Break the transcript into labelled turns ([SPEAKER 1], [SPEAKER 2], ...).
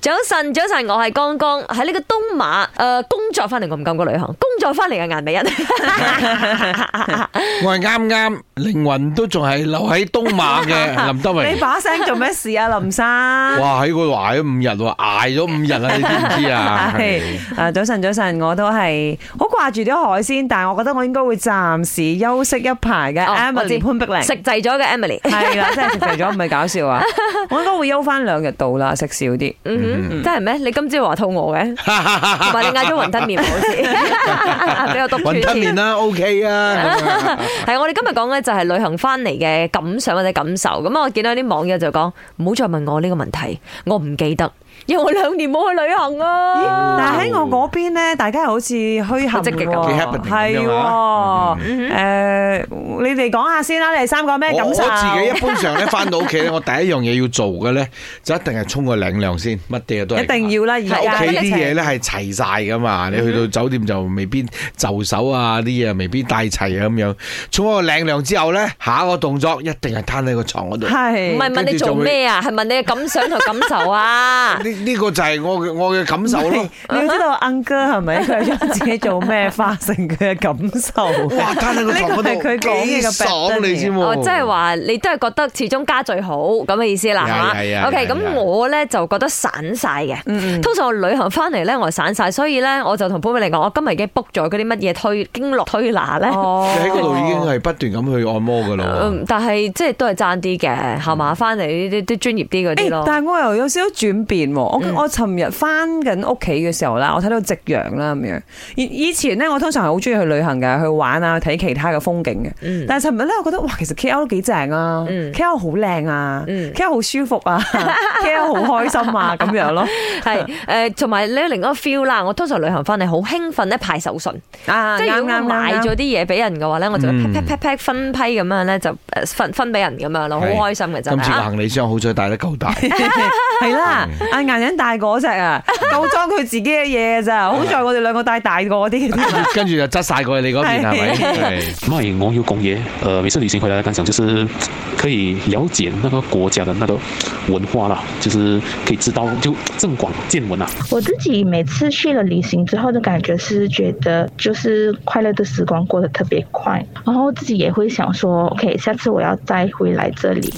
[SPEAKER 1] 早晨，早晨，我係剛剛喺呢個東馬誒、呃工作翻嚟，我唔敢講旅行，工作翻嚟嘅顏美人。
[SPEAKER 2] 我係啱啱靈魂都仲係留喺東馬 嘅林德
[SPEAKER 3] 你
[SPEAKER 2] 榮。
[SPEAKER 3] 把聲做咩事啊，林生？
[SPEAKER 2] 哇！喺嗰度捱咗五日喎，捱咗五日啦，你知唔知啊？
[SPEAKER 3] 係啊，早晨，早晨，我都係好掛住啲海鮮，但係我覺得我應該會暫時休息一排嘅。
[SPEAKER 1] 哦我知
[SPEAKER 3] Emily 潘碧玲
[SPEAKER 1] 食滯咗嘅 Emily，
[SPEAKER 3] 係 啦，真係食肥咗，唔係搞笑啊！我應該會休翻兩日到啦，食少啲。
[SPEAKER 1] 嗯哼，真係咩？你今朝話肚餓嘅，同埋你嗌咗雲吞麵喎好 似，俾我篤穿
[SPEAKER 2] 雲吞
[SPEAKER 1] 添
[SPEAKER 2] 麵。啦，OK 啊。咁 樣
[SPEAKER 1] 係我哋今日講嘅就係旅行翻嚟嘅感想或者感受。咁我見到啲網友就講，唔好再問我呢個問題，我唔記得，因為我兩年冇去旅行啊。
[SPEAKER 3] 但係喺我嗰邊咧，大家係好似虛
[SPEAKER 1] 好
[SPEAKER 3] 冚
[SPEAKER 1] 積極啊咁
[SPEAKER 2] 幾
[SPEAKER 3] 喎，
[SPEAKER 2] happening 啊
[SPEAKER 3] 係
[SPEAKER 2] 㗎
[SPEAKER 3] 喎
[SPEAKER 2] 嘛。
[SPEAKER 3] 誒，
[SPEAKER 1] 嗯
[SPEAKER 3] 你哋講下先啦，你哋三個咩
[SPEAKER 2] 我
[SPEAKER 3] 感
[SPEAKER 2] 嗯我
[SPEAKER 3] 受？
[SPEAKER 2] 自己一般上咧，翻到屋企咧，我第一樣嘢要做嘅咧，就一定係沖個靚涼先，乜嘢都係。
[SPEAKER 3] 一定要啦，嗯而
[SPEAKER 2] 喺
[SPEAKER 3] 家
[SPEAKER 2] 屋企
[SPEAKER 3] 一
[SPEAKER 2] 啲
[SPEAKER 3] 齊
[SPEAKER 2] 嘢咧係齊晒噶嘛，你去到酒店就未必就手啊，啲嘢未必帶齊啊咁樣。沖咗個靚涼之後咧，下一個動作一定係攤喺個床嗰度。
[SPEAKER 3] 係
[SPEAKER 1] 唔係問你做咩啊，係問你嘅感想同感受 啊。
[SPEAKER 2] 呢呢個就係我嘅我嘅感受咯。
[SPEAKER 3] 你要知道 Ang 哥係咪佢將自己做咩化成佢嘅感受？
[SPEAKER 2] 哇！攤喺個床
[SPEAKER 3] 呢個係
[SPEAKER 2] 嗰
[SPEAKER 3] 佢
[SPEAKER 2] 度
[SPEAKER 3] 講嘅
[SPEAKER 2] 幾爽你知
[SPEAKER 1] 哦，
[SPEAKER 2] 冇？
[SPEAKER 1] 即係話你都係覺得始終家最好咁嘅意思啦，
[SPEAKER 2] 係啊係
[SPEAKER 1] 係
[SPEAKER 2] 啊
[SPEAKER 1] 嘛？OK，
[SPEAKER 2] 係啊係啊
[SPEAKER 1] 咁我咧就覺得散晒嘅。
[SPEAKER 3] 嗯
[SPEAKER 1] 通常我旅行翻嚟咧，我係散晒，所以咧我就同潘美玲講，我啊今日已經 book 咗嗰啲乜嘢推經絡推拿咧。
[SPEAKER 3] 哦
[SPEAKER 2] 你喺嗰度已經係不斷咁去按摩噶啦。
[SPEAKER 1] 嗯但係即係都係爭啲嘅，係嘛？翻嚟呢啲啲專業啲嗰啲
[SPEAKER 3] 誒
[SPEAKER 1] 咯。
[SPEAKER 3] 但係我又有少少轉變喎。我我尋日翻緊屋企嘅時候啦，我睇到夕陽啦咁樣。以以前咧，我通常係好中意去旅行嘅，去玩啊，睇其他嘅風景嘅。
[SPEAKER 1] 嗯
[SPEAKER 3] 但係尋日咧，我覺得哇，其實 K L 都幾正啊
[SPEAKER 1] 嗯
[SPEAKER 3] ，K L 好靚啊
[SPEAKER 1] 嗯
[SPEAKER 3] ，K L 好舒服啊，K L 好開心啊，咁樣咯。
[SPEAKER 1] 係誒，同埋咧另一個 feel 啦。我通常旅行翻嚟好興奮咧，派手信。
[SPEAKER 3] 啊，
[SPEAKER 1] 即係如
[SPEAKER 3] 啱
[SPEAKER 1] 果我
[SPEAKER 3] 啱
[SPEAKER 1] 買
[SPEAKER 3] 啱
[SPEAKER 1] 咗啲嘢俾人嘅話咧，我就 pack
[SPEAKER 2] 嗯
[SPEAKER 1] pack pack pack 分批咁樣咧，就誒分分俾人咁樣咯，好
[SPEAKER 2] 係
[SPEAKER 1] 開心嘅真
[SPEAKER 2] 今次
[SPEAKER 1] 係
[SPEAKER 2] 個
[SPEAKER 1] 啊。
[SPEAKER 2] 行李箱好彩帶得夠 大，
[SPEAKER 3] 系啦，阿顏人大嗰只啊，夠裝佢自己嘅嘢嘅咋，好在我哋兩個帶大過啲嘅啫。
[SPEAKER 2] 跟住就執晒過去你嗰邊係咪？係
[SPEAKER 4] 卖牛油公爷，呃，每次旅行回来的感想就是可以了解那个国家的那个文化啦，就是可以知道就增广见闻啊。
[SPEAKER 5] 我自己每次去了旅行之后的感觉是觉得就是快乐的时光过得特别快，然后自己也会想说，OK，下次我要再回来这里。